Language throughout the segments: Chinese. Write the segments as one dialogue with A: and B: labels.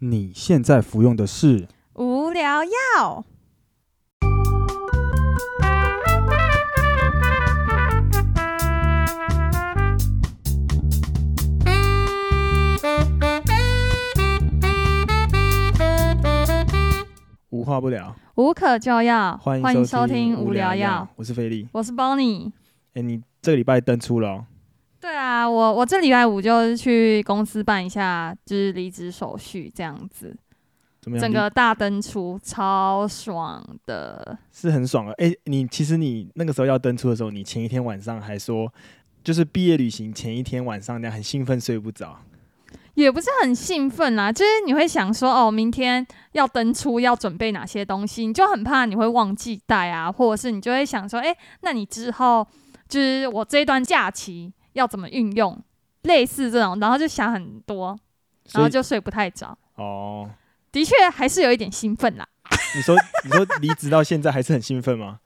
A: 你现在服用的是
B: 无聊药。
A: 无话不聊，
B: 无可救药。
A: 欢
B: 迎
A: 迎收
B: 听
A: 无
B: 聊
A: 药，，我是菲力。
B: 我是 Bonnie。
A: 哎，你这个礼拜登出了哦、
B: 对啊，我我这礼拜五就是去公司办一下，就是离职手续这样子，
A: 怎么样？
B: 整个大登出超爽的。
A: 是很爽啊！哎，你其实你那个时候要登出的时候，你前一天晚上还说，就是毕业旅行前一天晚上那样很兴奋，睡不着。
B: 也不是很兴奋啦，就是你会想说，哦，明天要登出，要准备哪些东西，你就很怕你会忘记带啊，或者是你就会想说，诶，那你之后就是我这一段假期要怎么运用，类似这种，然后就想很多，然
A: 所
B: 后
A: 以
B: 就睡不太着。
A: 哦，
B: 的确还是有一点兴奋啦。
A: 你说 你说离职到现在还是很兴奋吗？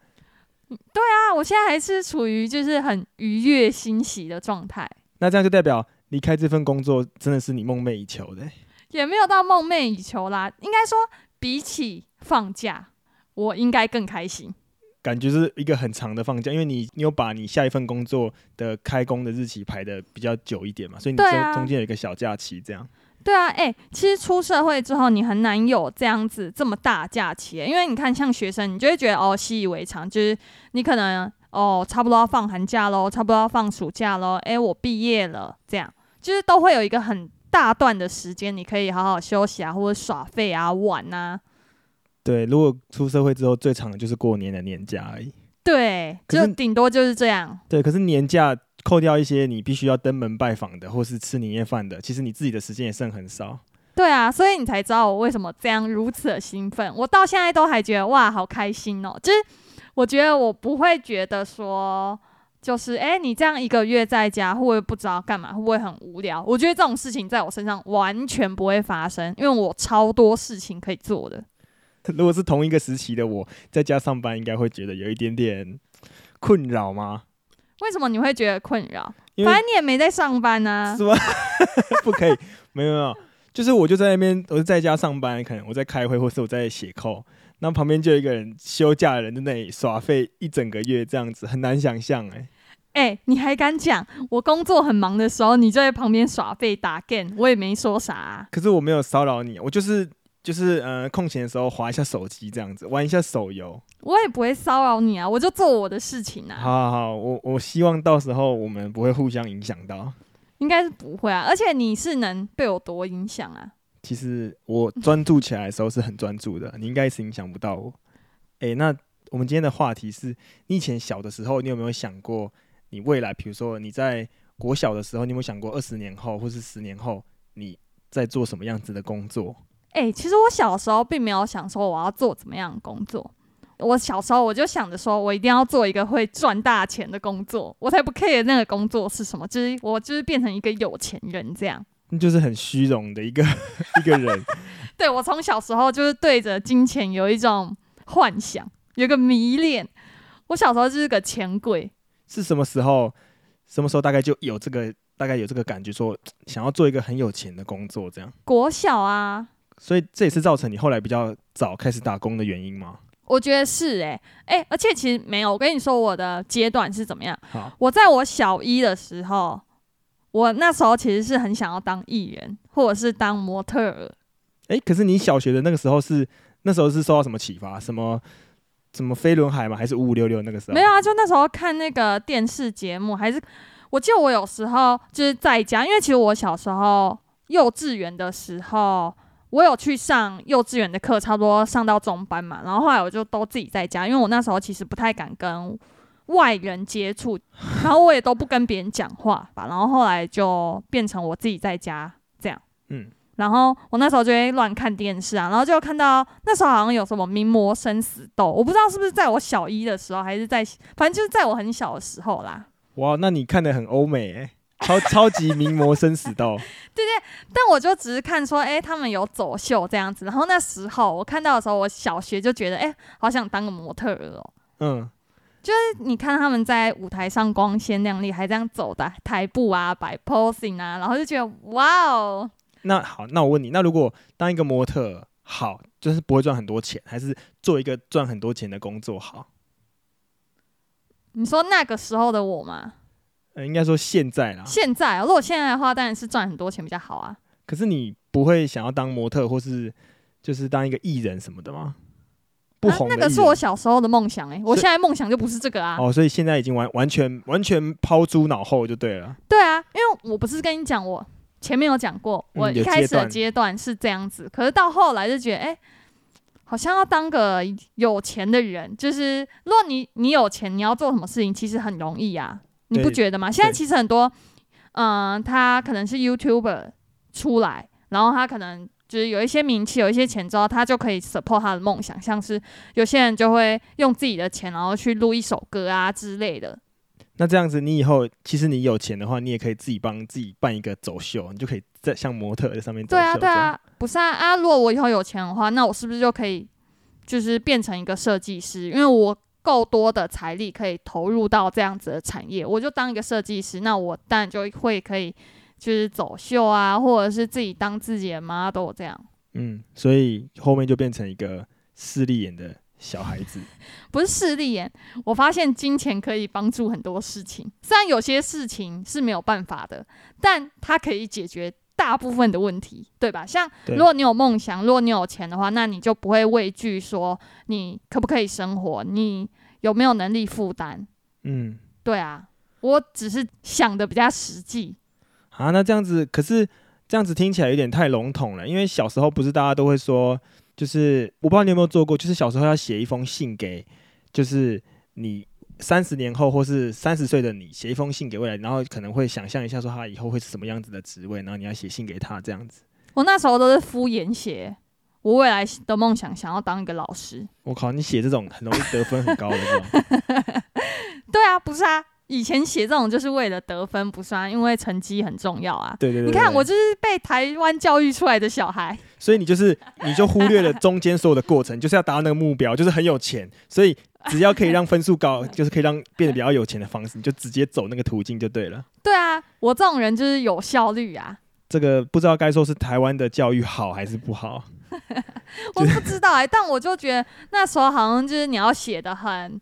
B: 啊，我现在还是处于就是很愉悦欣喜的状态，
A: 那这样就代表离开这份工作真的是你梦寐以求的。
B: 也没有到梦寐以求啦。应该说，比起放假，我应该更开心。
A: 感觉是一个很长的放假，因为你你有把你下一份工作的开工的日期排的比较久一点嘛，所以你中、
B: 对啊
A: 中间有一个小假期这样。
B: 对啊，哎、其实出社会之后，你很难有这样子这么大假期欸，因为你看，像学生，你就会觉得哦，习以为常，就是你可能哦，差不多要放寒假喽，差不多要放暑假喽，哎、我毕业了，这样就是都会有一个很大段的时间，你可以好好休息啊，或者耍废啊，玩啊，
A: 对，如果出社会之后，最长的就是过年的年假而已。
B: 对，
A: 可是
B: 就顶多就是这样。
A: 对，可是年假扣掉一些你必须要登门拜访的，或是吃年夜饭的，其实你自己的时间也剩很少。
B: 对啊，所以你才知道我为什么这样如此的兴奋。我到现在都还觉得哇，好开心哦！就是我觉得我不会觉得说，就是诶，你这样一个月在家会不会不知道干嘛，会不会很无聊？我觉得这种事情在我身上完全不会发生，因为我超多事情可以做的。
A: 如果是同一个时期的我在家上班，应该会觉得有一点点困扰吗？
B: 为什么你会觉得困扰？
A: 因为
B: 反正你也没在上班啊呢、
A: 是吗？ 不可以，没有没有，就是我就在那边，我就在家上班，可能我在开会，或是我在写扣，那旁边就有一个人休假的人在那里耍废一整个月，这样子很难想象哎、
B: 哎、你还敢讲？我工作很忙的时候，你就在旁边耍废打 game，我也没说啥啊、
A: 可是我没有骚扰你，我就是就是呃空闲的时候划一下手机这样子，玩一下手游。
B: 我也不会骚扰你啊，我就做我的事情啊，
A: 好好好，我我希望到时候我们不会互相影响到。
B: 应该是不会啊。而且你是能被我多影响啊？
A: 其实我专注起来的时候是很专注的，你应该是影响不到我。诶，那我们今天的话题是你以前小的时候，你有没有想过你未来，比如说你在国小的时候，你有没有想过二十年后或是十年后你在做什么样子的工作？
B: 哎、其实我小时候并没有想说我要做怎么样的工作，我小时候我就想着说我一定要做一个会赚大钱的工作，我才不 care 那个工作是什么，就是我就是变成一个有钱人这样。
A: 那就是很虚荣的一个一个人。
B: 对我从小时候就是对着金钱有一种幻想，有一个迷恋。我小时候就是个钱鬼，
A: 是什么时候？什么时候大概就有这个大概有这个感觉说想要做一个很有钱的工作这样？
B: 国小啊，
A: 所以这也是造成你后来比较早开始打工的原因吗？
B: 我觉得是诶、诶，而且其实没有，我跟你说我的阶段是怎么样。
A: 好，
B: 我在我小一的时候，我那时候其实是很想要当艺人，或者是当模特儿。
A: 诶，可是你小学的那个时候是那时候是受到什么启发？什么什么飞轮海吗？还是五五六六那个时候？
B: 没有，啊，就那时候看那个电视节目，还是我记得我有时候就是在家，因为其实我小时候幼稚园的时候，我有去上幼稚园的课，差不多上到中班嘛，然后后来我就都自己在家，因为我那时候其实不太敢跟外人接触，然后我也都不跟别人讲话吧，然后后来就变成我自己在家这样。
A: 嗯，
B: 然后我那时候就会乱看电视啊，然后就看到那时候好像有什么名模生死斗，我不知道是不是在我小一的时候，还是在反正就是在我很小的时候啦。
A: 哇，那你看的很欧美、诶，超 超级名模生死斗。
B: 但我就只是看说，诶，他们有走秀这样子。然后那时候我看到的时候，我小学就觉得，诶，好想当个模特儿哦。
A: 嗯，
B: 你看他们在舞台上光鲜亮丽，还这样走的台步啊、摆 posing 啊，然后就觉得哇哦，
A: 那好，那我问你，那如果当一个模特儿好，就是不会赚很多钱，还是做一个赚很多钱的工作好？
B: 你说那个时候的我吗？
A: 呃，应该说现在啦。
B: 现在啊如果现在的话，当然是赚很多钱比较好啊。
A: 可是你不会想要当模特，或是就是当一个艺人什么的吗？不
B: 啊
A: 红的艺
B: 那
A: 人、
B: 个是我小时候的梦想哎、我
A: 是
B: 现在梦想就不是这个啊。
A: 哦，所以现在已经完完全完全抛诸脑后就对了。
B: 对啊，因为我不是跟你讲，我前面有讲过，
A: 嗯
B: 我
A: 有
B: 一开
A: 阶
B: 始的
A: 段
B: 阶段是这样子，可是到后来就觉得，哎、好像要当个有钱的人，就是如果你你有钱，你要做什么事情其实很容易啊，你不
A: 对
B: 觉得吗？现在
A: 对
B: 其实很多，嗯、他可能是 YouTuber 出来，然后他可能。就是有一些名气，有一些钱之后，他就可以 support 他的梦想，像是有些人就会用自己的钱，然后去录一首歌啊之类的。
A: 那这样子，你以后其实你有钱的话，你也可以自己帮自己办一个走秀，你就可以在像模特在上面走
B: 对
A: 秀。
B: 啊，对啊，不是啊啊！如果我以后有钱的话，那我是不是就可以就是变成一个设计师？因为我够多的财力可以投入到这样子的产业，我就当一个设计师，那我当然就会可以就是走秀啊，或者是自己当自己的 model 这样。
A: 这样，嗯，所以后面就变成一个势利眼的小孩子。
B: 不是势利眼，我发现金钱可以帮助很多事情，虽然有些事情是没有办法的，但它可以解决大部分的问题，对吧？像
A: 对
B: 如果你有梦想，如果你有钱的话，那你就不会畏惧说你可不可以生活，你有没有能力负担，
A: 嗯，
B: 对啊。我只是想的比较实际，
A: 啊，那这样子，可是这样子听起来有点太笼统了，因为小时候不是大家都会说，就是我不知道你有没有做过，就是小时候要写一封信给，就是你三十年后或是三十岁的你，写一封信给未来，然后可能会想象一下说啊他以后会是什么样子的职位，然后你要写信给他这样子。
B: 我那时候都是敷衍写。我未来的梦想想要当一个老师，
A: 我靠，你写这种很容易得分很高的这种，
B: 对啊，不是啊，以前写这种就是为了得分，不算，因为成绩很重要啊。
A: 对对对对
B: 你看，
A: 对
B: 我就是被台湾教育出来的小孩，
A: 所以你就是你就忽略了中间所有的过程，就是要达到那个目标，就是很有钱，所以只要可以让分数高，就是可以让变得比较有钱的方式，你就直接走那个途径就对了。
B: 对啊，我这种人就是有效率啊。
A: 这个不知道该说是台湾的教育好还是不好。
B: 我不知道哎、但我就觉得那时候好像就是你要写的很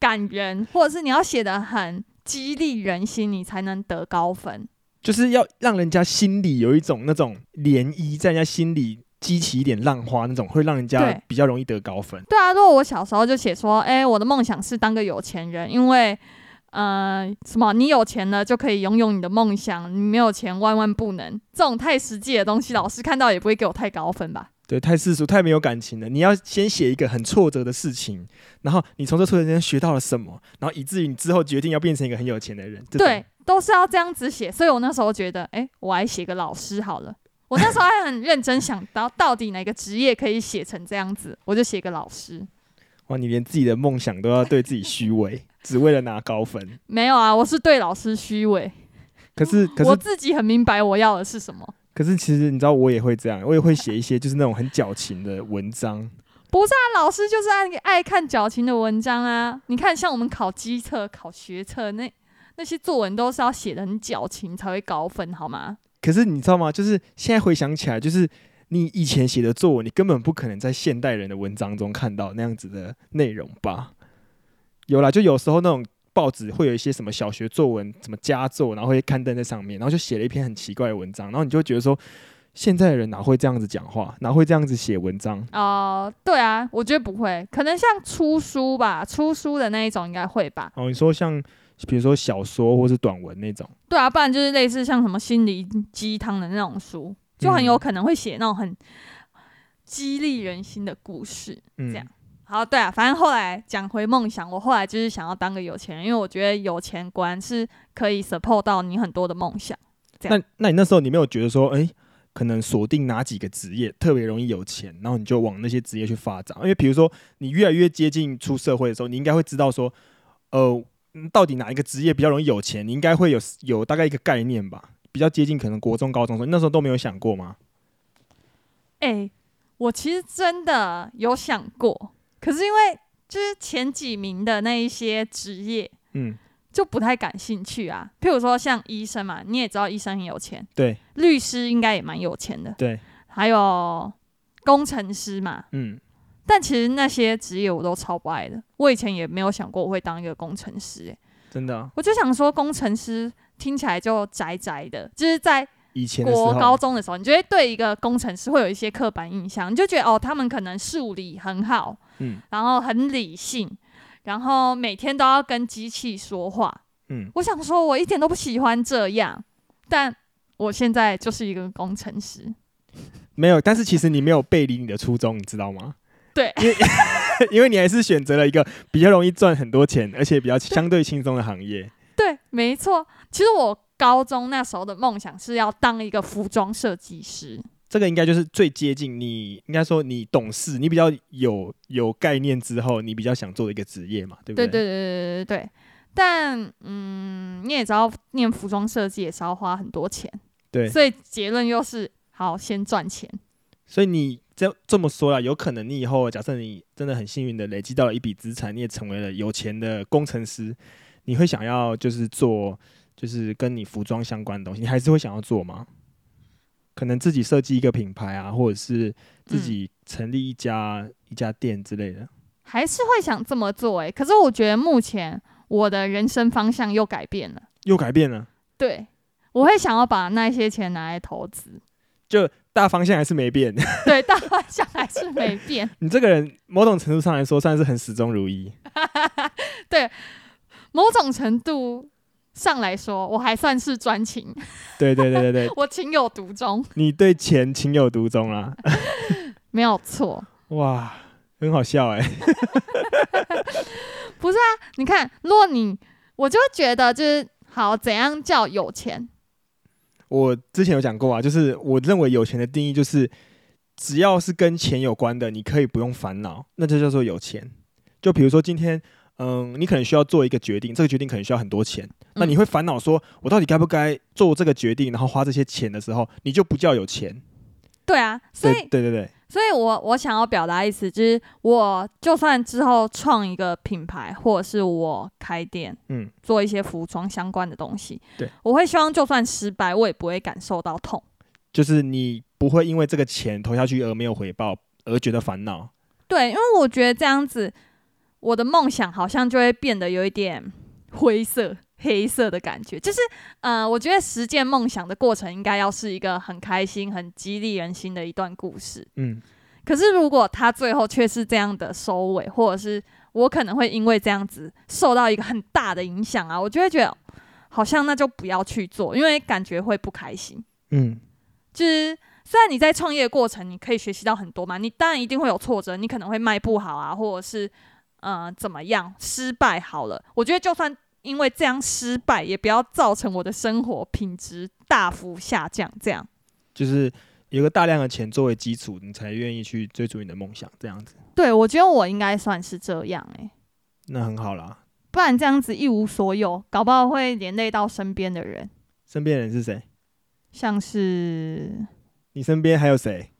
B: 感人，或者是你要写的很激励人心，你才能得高分。
A: 就是要让人家心里有一种那种涟漪，在人家心里激起一点浪花，那种会让人家
B: 对
A: 比较容易得高分。
B: 对啊，如果我小时候就写说，哎、我的梦想是当个有钱人，因为。呃，什么？你有钱了就可以拥有你的梦想，你没有钱万万不能。这种太实际的东西，老师看到也不会给我太高分吧？
A: 对，太世俗，太没有感情了。你要先写一个很挫折的事情，然后你从这挫折中学到了什么，然后以至于你之后决定要变成一个很有钱的人。这种
B: 对，，都是要这样子写。所以我那时候觉得，哎、我还写个老师好了。我那时候还很认真想到到底哪个职业可以写成这样子，我就写个老师。
A: 哇，你连自己的梦想都要对自己虚伪，只为了拿高分。
B: 没有啊，我是对老师虚伪，
A: 可是，可
B: 我
A: 是，
B: 自己很明白我要的是什么。
A: 可是，其实你知道，我也会这样，我也会写一些就是那种很矫情的文章。
B: 那老师就是爱爱看矫情的文章啊，你看像我们考机测、考学测那那些作文都是要写的很矫情才会高分，好吗？
A: 可是你知道吗？就是现在回想起来，就是你以前写的作文，你根本不可能在现代人的文章中看到那样子的内容吧？有啦，就有时候那种报纸会有一些什么小学作文、什么佳作，然后会刊登在上面，然后就写了一篇很奇怪的文章，然后你就会觉得说，现在的人哪会这样子讲话，哪会这样子写文章？
B: 哦、对啊，我觉得不会，可能像出书吧，出书的那一种应该会吧。
A: 哦，你说像比如说小说或是短文那种，
B: 对啊，不然就是类似像什么心灵鸡汤的那种书，就很有可能会写那种很激励人心的故事。
A: 嗯，
B: 这样好，对啊，反正后来讲回梦想，我后来就是想要当个有钱人，因为我觉得有钱果然是可以 support 到你很多的梦想。这
A: 那
B: 样
A: 那你那时候你没有觉得说，哎、可能锁定哪几个职业特别容易有钱，然后你就往那些职业去发展？因为比如说你越来越接近出社会的时候，你应该会知道说，呃，嗯到底哪一个职业比较容易有钱？你应该会有有大概一个概念吧，比较接近可能国中、高中的时候，你那时候都没有想过吗？
B: 哎、我其实真的有想过，可是因为就是前几名的那一些职业，
A: 嗯，
B: 就不太感兴趣啊。譬如说像医生嘛，你也知道医生很有钱，
A: 对
B: 律师应该也蛮有钱的，
A: 对，
B: 还有工程师嘛。
A: 嗯，
B: 但其实那些职业我都超不爱的，我以前也没有想过我会当一个工程师、欸，
A: 真的啊、
B: 我就想说工程师听起来就宅宅的，就是在
A: 以前的时
B: 国
A: 候，
B: 高中的时候，你就会对一个工程师会有一些刻板印象，你就觉得哦，他们可能数理很好，
A: 嗯
B: 然后很理性，然后每天都要跟机器说话。
A: 嗯，
B: 我想说，我一点都不喜欢这样，但我现在就是一个工程师。
A: 没有，但是其实你没有背离你的初衷，你知道吗？
B: 对，
A: 因为 因为你还是选择了一个比较容易赚很多钱，而且比较相对轻松的行业。
B: 对，没错。其实我高中那时候的梦想是要当一个服装设计师。
A: 这个应该就是最接近你，应该说你懂事，你比较有有概念之后，你比较想做的一个职业嘛，对不
B: 对
A: 对
B: 对对对对对。但嗯，你也知道，念服装设计也是要花很多钱，
A: 对
B: 所以结论又是好，先赚钱。
A: 所以你这这么说啦，有可能你以后假设你真的很幸运的累积到了一笔资产，你也成为了有钱的工程师，你会想要就是做就是跟你服装相关的东西，你还是会想要做吗？可能自己设计一个品牌啊，或者是自
B: 嗯
A: 己成立一家、一家店之类的。
B: 还是会想这么做诶、可是我觉得目前我的人生方向又改变了，
A: 又改变了，
B: 对我会想要把那些钱拿来投资，
A: 就大方向还是没变。
B: 对大方向还是没变，
A: 你这个人某种程度上来说算是很始终如一。
B: 某种程度上来说，我还算是专情，
A: 对对对对 对，
B: 我情有独钟，
A: 你对钱情有独钟啦。
B: 没有错。
A: 哇，很好笑哎、
B: 你看，如果你，我就会觉得就是好，怎样叫有钱？
A: 我之前有讲过啊，就是我认为有钱的定义就是，只要是跟钱有关的，你可以不用烦恼，那就叫做有钱。就比如说今天，嗯，你可能需要做一个决定，这个决定可能需要很多钱，那你会烦恼说，
B: 嗯
A: 我到底该不该做这个决定，然后花这些钱的时候，你就不叫有钱。
B: 对啊，所
A: 对
B: 以，
A: 对对对，
B: 所以我我想要表达意思就是，我就算之后创一个品牌，或者是我开店
A: 嗯，
B: 做一些服装相关的东西，
A: 对，
B: 我会希望就算失败，我也不会感受到痛。
A: 就是你不会因为这个钱投下去而没有回报而觉得烦恼。
B: 对，因为我觉得这样子，我的梦想好像就会变得有一点 灰色、黑色的感觉。就是，呃，我觉得实践梦想的过程应该要是一个很开心、很激励人心的一段故事。
A: 嗯，
B: 可是，如果他最后却是这样的收尾，或者是我可能会因为这样子受到一个很大的影响啊，我就会觉得好像那就不要去做，因为感觉会不开心。
A: 嗯，
B: 就是虽然你在创业过程你可以学习到很多嘛，你当然一定会有挫折，你可能会卖不好啊，或者是呃怎么样失败好了。我觉得就算因为这样失败，也不要造成我的生活品质大幅下降。这样
A: 就是有个大量的钱作为基础，你才愿意去追逐你的梦想，这样子，
B: 对我觉得我应该算是这样欸诶、
A: 那很好啦。
B: 不然这样子一无所有，搞不好会连累到身边的人，
A: 身边人是谁？
B: 像是
A: 你身边还有谁？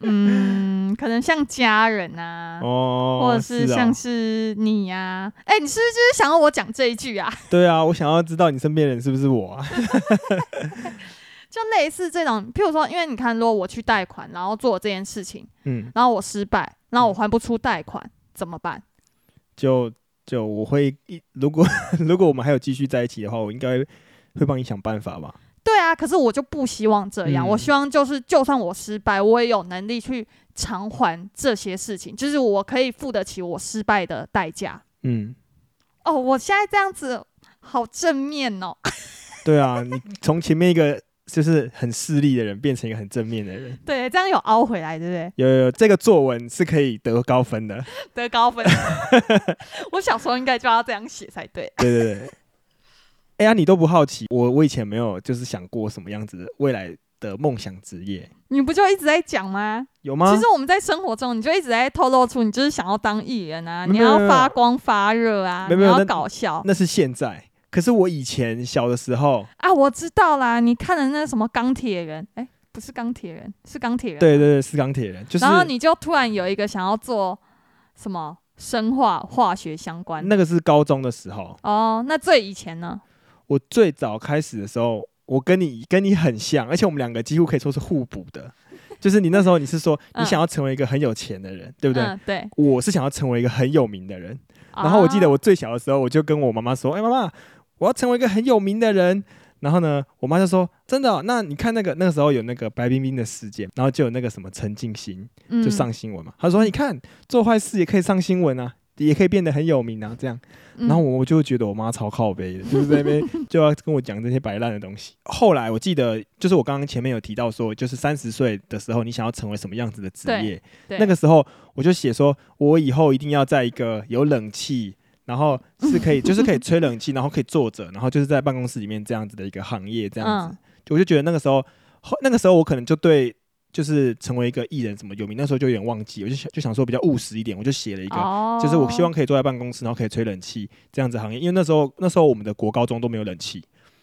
B: 嗯，可能像家人啊。
A: 哦，
B: 或者是
A: 啊
B: 像是你呀、啊，哎、你是不是就是想要我讲这一句啊？
A: 对啊，我想要知道你身边人是不是我啊？
B: 就类似这种，譬如说，因为你看，如果我去贷款，然后做这件事情，
A: 嗯，
B: 然后我失败，然后我还不出贷款，怎么办？
A: 就就我会一如果 如果我们还有继续在一起的话，我应该会帮你想办法吧。
B: 对啊，可是我就不希望这样，
A: 嗯
B: 我希望就是，就算我失败，我也有能力去偿还这些事情，就是我可以付得起我失败的代价。
A: 嗯，
B: 哦，我现在这样子好正面哦，
A: 对啊，你从前面一个就是很势利的人变成一个很正面的人，
B: 对，这样有凹回来，对不对？
A: 有有有这个作文是可以得高分 的。
B: 得高分，我小时候应该就要这样写才对。
A: 对对对。哎呀，你都不好奇，我我以前没有就是想过什么样子的未来的梦想职业，
B: 你不就一直在讲吗？
A: 有吗？
B: 其实我们在生活中，你就一直在透露出你就是想要当艺人啊，
A: 没
B: 你
A: 有
B: 要
A: 没有
B: 发光发热啊，
A: 没有
B: 你
A: 没有
B: 要
A: 那
B: 搞笑
A: 那是现在，可是我以前小的时候，
B: 啊！我知道啦，你看的那什么钢铁人，哎、不是钢铁人，是钢铁人。
A: 对对对，是钢铁人，就是
B: 然后你就突然有一个想要做什么生化化学相关。
A: 那个是高中的时候，
B: 哦，那最以前呢？
A: 我最早开始的时候，我跟你跟你很像，而且我们两个几乎可以说是互补的。就是你那时候你是说你
B: 嗯
A: 想要成为一个很有钱的人，对
B: 对
A: 不对？
B: 嗯、对。
A: 我是想要成为一个很有名的人。然后我记得我
B: 啊
A: 最小的时候，我就跟我妈妈说：“哎、妈妈，我要成为一个很有名的人。”然后呢，我妈就说：“真的哦、那你看那个那个时候有那个白冰冰的事件，然后就有那个什么陈静心
B: 嗯
A: 就上新闻嘛。她说：‘你看做坏事也可以上新闻啊，也可以变得很有名啊。’这样，
B: 嗯
A: 然后我我就觉得我妈超靠背的，就是在那边就要跟我讲这些白烂的东西。 后来我记得，就是我刚刚前面有提到说，就是三十岁的时候，你想要成为什么样子的职业？
B: 对
A: 那个时候我就写说，我以后一定要在一个有冷气，然后是 可以就是可以吹冷气，然后可以坐着，然后就是在办公室里面这样子的一个行业，这样
B: 嗯
A: 子。就我就觉得那个时候，后那个时候我可能就对。就是成为一个艺人什么有名，那时候就有点忘记，我就想就想说比较务实一点，我就写了一个
B: 哦，
A: 就是我希望可以坐在办公室，然后可以吹冷气这样子行业，因为那时候那时候我们的国高中都没有冷气。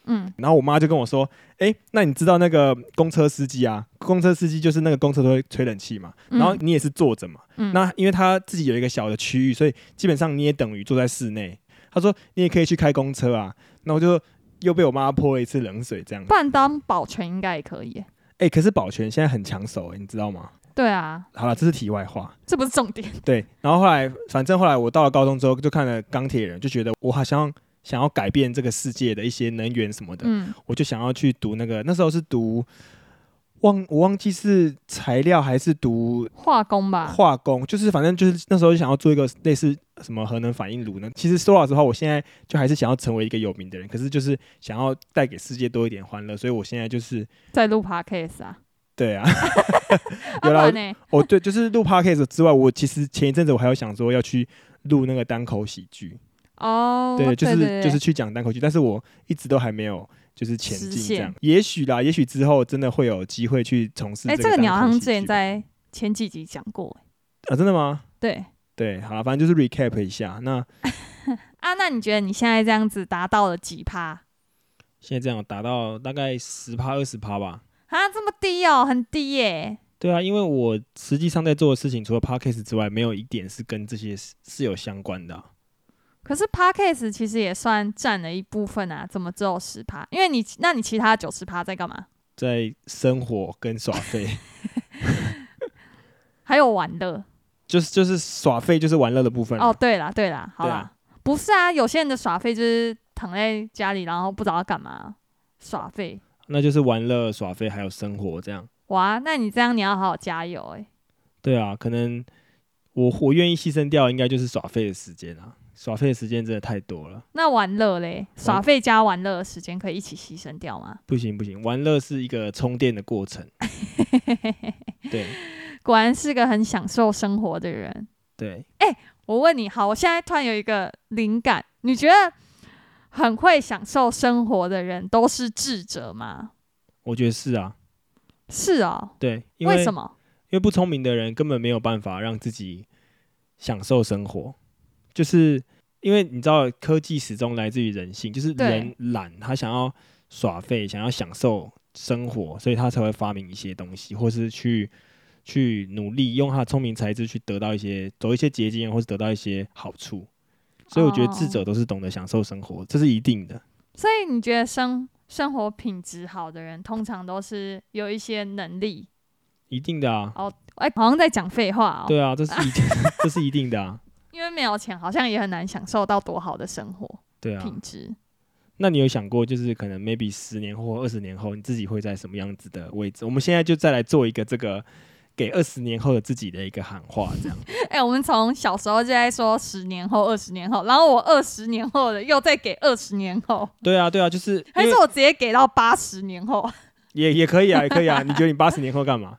B: 嗯
A: 然后我妈就跟我说：“哎、那你知道那个公车司机啊？公车司机就是那个公车都会吹冷气嘛，
B: 嗯
A: 然后你也是坐着嘛。
B: 嗯
A: 那因为他自己有一个小的区域，所以基本上你也等于坐在室内。她说你也可以去开公车啊。那我就又被我妈泼了一次冷水，这样。
B: 不然当保全应该也可以耶。
A: 哎、可是保全现在很抢手、诶你知道吗？
B: 对啊，
A: 好了，这是题外话。
B: 这不是重点。
A: 对，然后后来，反正后来我到了高中之后，就看了《钢铁人》，就觉得我好像想要改变这个世界的一些能源什么的，
B: 嗯
A: 我就想要去读那个。那时候是读忘我忘记是材料还是读
B: 化工吧，
A: 化工，就是反正就是那时候就想要做一个类似什么核能反应炉呢。其实说老实话，我现在就还是想要成为一个有名的人，可是就是想要带给世界多一点欢乐，所以我现在就是
B: 在录 podcast 啊，
A: 对啊，
B: 啊不
A: 有啦
B: 然呢？
A: 哦，对，就是录 podcast 之外，我其实前一阵子我还有想说要去录那个单口喜剧，
B: 哦，
A: 对，就是
B: 对
A: 就是去讲单口剧，但是我一直都还没有就是前
B: 实
A: 进这样
B: 现。
A: 也许啦，也许之后真的会有机会去从事
B: 哎，
A: 这
B: 这个你
A: 单
B: 好
A: 口
B: 像
A: 喜
B: 之前
A: 剧
B: 在前几集讲过耶，
A: 啊，真的吗？
B: 对
A: 对，好啦，反正就是 recap 一下。那
B: 啊，那你觉得你现在这样子达到了几趴？
A: 现在这样达到大概十趴二十趴吧。
B: 啊，这么低哦，很低耶。
A: 对啊，因为我实际上在做的事情，除了 podcast 之外，没有一点是跟这些是是有相关的啊、
B: 可是 podcast 其实也算占了一部分啊，怎么只有十趴？因为你那你其他九十趴在干嘛？
A: 在生活跟耍费。
B: 还有玩乐。
A: 就是就是耍废，就是玩乐的部分啊。
B: 哦，对啦对啦，好
A: 对
B: 啦，
A: 啊
B: 不是啊，有些人的耍废就是躺在家里，然后不知道要干嘛，耍废。
A: 那就是玩乐、耍废还有生活这样。
B: 哇，那你这样你要好好加油哎、
A: 对啊，可能我我愿意牺牲掉，应该就是耍废的时间啊。耍废的时间真的太多了，
B: 那玩乐嘞，
A: 嗯
B: 耍废加玩乐的时间可以一起牺牲掉吗？
A: 不行不行，玩乐是一个充电的过 程。对
B: 果然是个很享受生活的人。
A: 对，
B: 我问你，好，我现在突然有一个灵感，你觉得很会享受生活的人都是智者吗？
A: 我觉得是啊，
B: 是哦，
A: 对，因
B: 为什
A: 么？
B: 么？
A: 因为不聪明的人根本没有办法让自己享受生活，就是因为你知道，科技始终来自于人性，就是
B: 对
A: 人懒，他想要耍废，想要享受生活，所以他才会发明一些东西，或是去去努力用他的聪明才智去得到一些走一些捷径，或是得到一些好处。所以我觉得
B: 哦
A: 智者都是懂得享受生活，这是一定的。
B: 所以你觉得生生活品质好的人，通常都是有一些能力。
A: 一定的啊，
B: 哎、好像在讲废话哦。
A: 对啊，这是一定， 这是一定的啊，
B: 因为没有钱，好像也很难享受到多好的生活
A: 对啊。
B: 品质。
A: 那你有想过，就是可能 maybe 十年后或二十年后，你自己会在什么样子的位置？我们现在就再来做一个这个给二十年后的自己的一个喊话，这样
B: 哎、我们从小时候就在说十年后、二十年后，然后我二十年后的又再给二十年后，
A: 对啊，对啊，就是因
B: 还
A: 为
B: 是我直接给到八十年后，
A: 也也可以啊，也可以啊。你觉得你八十年后干嘛？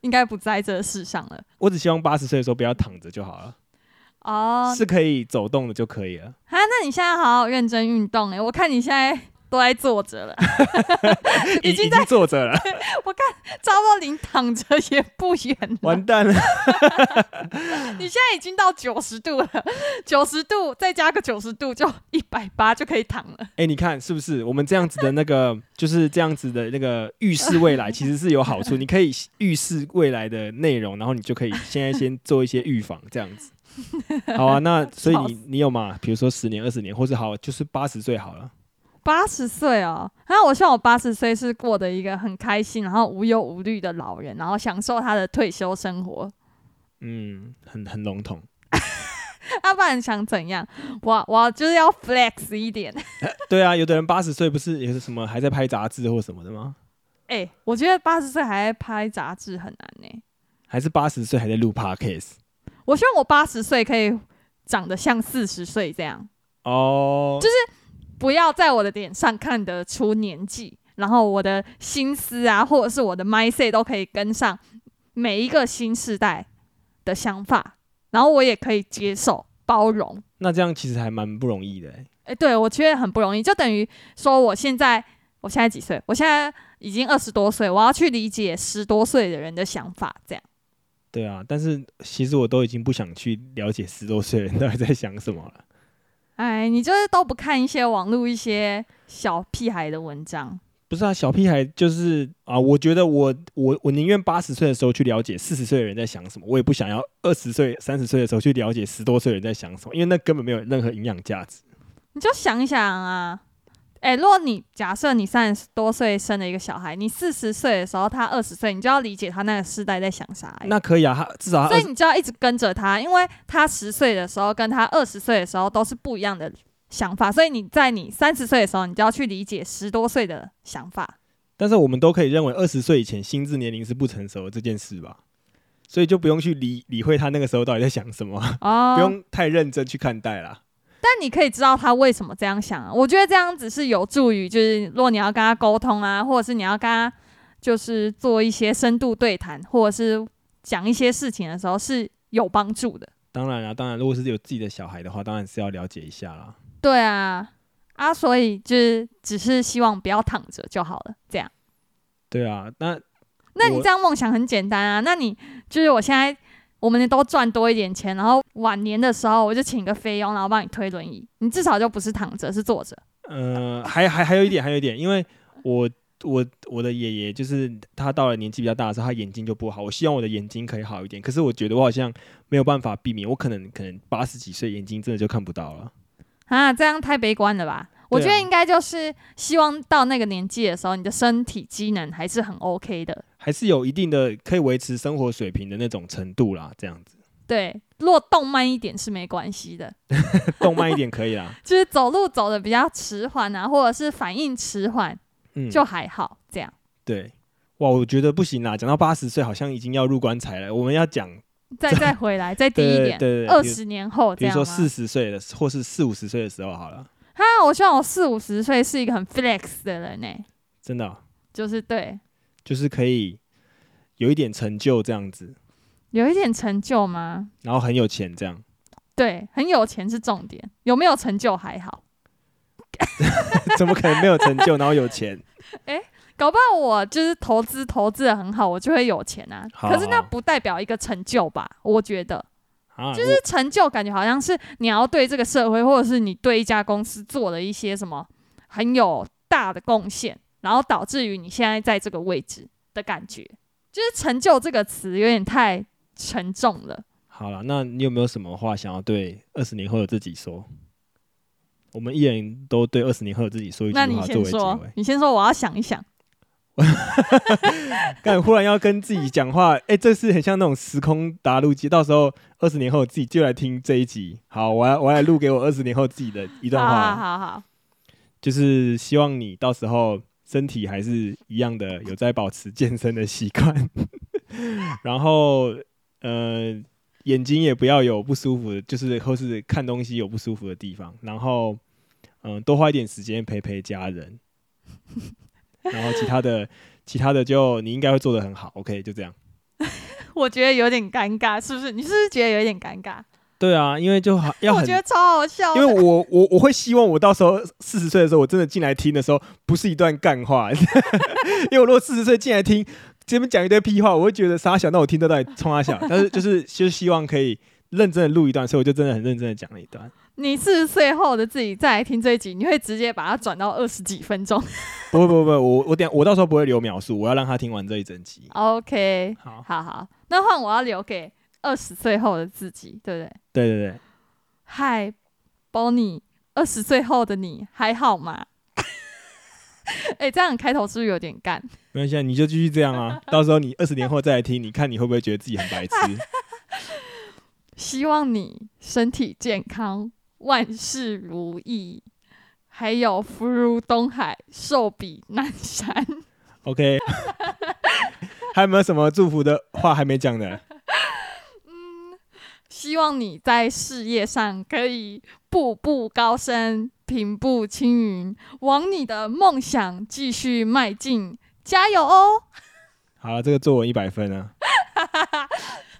B: 应该不在这世上了。
A: 我只希望八十岁的时候不要躺着就好了，
B: 哦，
A: 是可以走动的就可以了。
B: 啊，那你现在好好认真运动哎、我看你现在都在坐着了，
A: 已
B: 已
A: 已
B: 经
A: 经坐着 了，
B: 差不多离躺着也不远了。
A: 完蛋了。
B: 你现在已经到九十度了，九十度再加个九十度就一百八就可以躺了。
A: 哎、你看是不是？我们这样子的那个，就是这样子的那个预示未来，其实是有好 处。你可以预示未来的内容，然后你就可以现在先做一些预防，这样子。好啊，那所以
B: 笑
A: 你你有嘛？比如说十年、二十年，或者好，就是八十岁好了。
B: 八十岁哦，然后我希望我八十岁是过得一个很开心，然后无忧无虑的老人，然后享受他的退休生活。
A: 嗯，很很笼统。
B: 要、啊不然想怎样？我我就是要 flex 一点。
A: 对啊，有的人八十岁不是也是什么还在拍杂志或什么的吗？
B: 哎、我觉得八十岁还在拍杂志很难呢、
A: 还是八十岁还在录 podcast？
B: 我希望我八十岁可以长得像四十岁这样，
A: 哦，就是
B: 不要在我的脸上看得出年纪，然后我的心思啊，或者是我的 mindset 都可以跟上每一个新时代的想法，然后我也可以接受包容。
A: 那这样其实还蛮不容易的欸。
B: 哎、对我觉得很不容易，就等于说我现在我现在几岁？我现在已经二十多岁，我要去理解十多岁的人的想法，这样。
A: 对啊，但是其实我都已经不想去了解十多岁的人到底在想什么了。
B: 哎，你就是都不看一些网络一些小屁孩的文章，
A: 不是啊，小屁孩就是啊，我觉得我我我宁愿八十岁的时候去了解四十岁的人在想什么，我也不想要二十岁、三十岁的时候去了解十多岁的人在想什么，因为那根本没有任何营养价值。
B: 你就想一想啊。哎，如果你假设你三十多岁生了一个小孩，你四十岁的时候他二十岁，你就要理解他那个世代在想啥、哎
A: 那可以啊，他至少他
B: 所
A: 二
B: 以
A: 十
B: 你就要一直跟着他，因为他十岁的时候跟他二十岁的时候都是不一样的想法，所以你在你三十岁的时候，你就要去理解十多岁的想法。
A: 但是我们都可以认为二十岁以前心智年龄是不成熟的这件事吧，所以就不用去理理会他那个时候到底在想什么，
B: 哦
A: 不用太认真去看待啦。
B: 但你可以知道他为什么这样想啊。我觉得这样子是有助于，就是如果你要跟他沟通啊，或者是你要跟他就是做一些深度对谈，或者是讲一些事情的时候是有帮助的。
A: 当然啊，当然，如果是有自己的小孩的话，当然是要了解一下啦。
B: 对啊，啊，所以就是只是希望不要躺着就好了，这样。
A: 对啊，那
B: 那你
A: 我
B: 这样梦想很简单啊。那你就是我现在，我们都赚多一点钱，然后晚年的时候我就请个菲佣，然后帮你推轮椅，你至少就不是躺着，是坐着。
A: 呃，还还还有一点，还有一点，因为我我我的爷爷就是他到了年纪比较大的时候，他眼睛就不好。我希望我的眼睛可以好一点，可是我觉得我好像没有办法避免，我可能可能八十几岁眼睛真的就看不到了。
B: 啊，这样太悲观了吧？我觉
A: 对
B: 得
A: 啊
B: 应该就是希望到那个年纪的时候，你的身体机能还是很 OK 的。
A: 还是有一定的可以维持生活水平的那种程度啦，这样子
B: 对，如果动慢一点是没关系的，
A: 动慢一点可以 啦。
B: 就是走路走的比较迟缓啊，或者是反应迟缓，
A: 嗯，
B: 就还好。这样，
A: 对，哇，我觉得不行啦，讲到八十岁好像已经要入棺材了，我们要讲
B: 再再回来，再低
A: 对
B: 一
A: 对
B: 点，
A: 对对，
B: 二
A: 比如
B: 十年后
A: 比
B: 这
A: 如说
B: 样吗？
A: 四十岁的时或是四五十岁的时候好了，
B: 哈，我希望我四五十岁是一个很 flex 的人呢、
A: 真的哦、
B: 就是对，
A: 就是可以有一点成就这样子，
B: 有一点成就吗？
A: 然后很有钱这样。
B: 对，很有钱是重点，有没有成就还好。
A: 怎么可能没有成就，然后有钱？
B: 搞不好我就是投资投资的很好，我就会有钱啊。
A: 好
B: 可是那不代表一个成就吧？我觉得，
A: 啊，
B: 就是成就感觉好像是你要对这个社会，或者是你对一家公司做了一些什么很有大的贡献，然后导致于你现在在这个位置的感觉。就是成就这个词有点太沉重了。
A: 好了，那你有没有什么话想要对二十年后的自己说？我们一人都对二十年后的自己说一句
B: 那你
A: 话作
B: 先
A: 为结
B: 说
A: 尾，。
B: 你先说，我要想一想。
A: 但忽然要跟自己讲话，哎、这是很像那种时空打录机。到时候二十年后自己就来听这一集。好，我要我要来录给我二十年后自己的一段
B: 好好
A: 话，
B: 好好，
A: 就是希望你到时候身体还是一样的，有在保持健身的习惯， 然后呃眼睛也不要有不舒服的，就是或是看东西有不舒服的地方，然后嗯、呃多花一点时间陪陪家人，然后其他的。其他的就你应该会做的很好，OK，就这样。
B: 我觉得有点尴尬，是不是？你是不是觉得有点尴尬？
A: 对啊，因为就好要
B: 我
A: 很，
B: 觉得超好笑的。
A: 因为我我我会希望我到时候四十岁的时候，我真的进来听的时候，不是一段干话， 因为我如果四十岁进来听这边讲一堆屁话，我会觉得傻小，那我听得到底冲他小，但是就是就是希望可以认真的录一段，所以我就真的很认真的讲了一段。
B: 你四十岁后的自己再来听这一集，你会直接把它转到二十几分钟。
A: 不会不会不会，我我等我到时候不会留描述，我要让他听完这一整集。
B: OK，
A: 好，
B: 好好，那换我要留给二十岁后的自己，对不对？
A: 对对对，
B: 嗨，Bonnie，二十岁后的你还好吗？ 哎、这样开头是不是有点干？
A: 没关系啊，你就继续这样啊。到时候你二十年后再来听，你看你会不会觉得自己很白痴？
B: 希望你身体健康，万事如意，还有福如东海，寿比南山。
A: OK，还有没有什么祝福的话还没讲的？
B: 希望你在事业上可以步步高升，平步青云，往你的梦想继续迈进，加油哦！
A: 好了，这个作文一百分啊。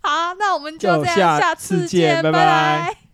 B: 好，那我们就
A: 就
B: 这样，
A: 下
B: 下
A: 次
B: 次
A: 见
B: 见，
A: 拜
B: 拜
A: 拜
B: 拜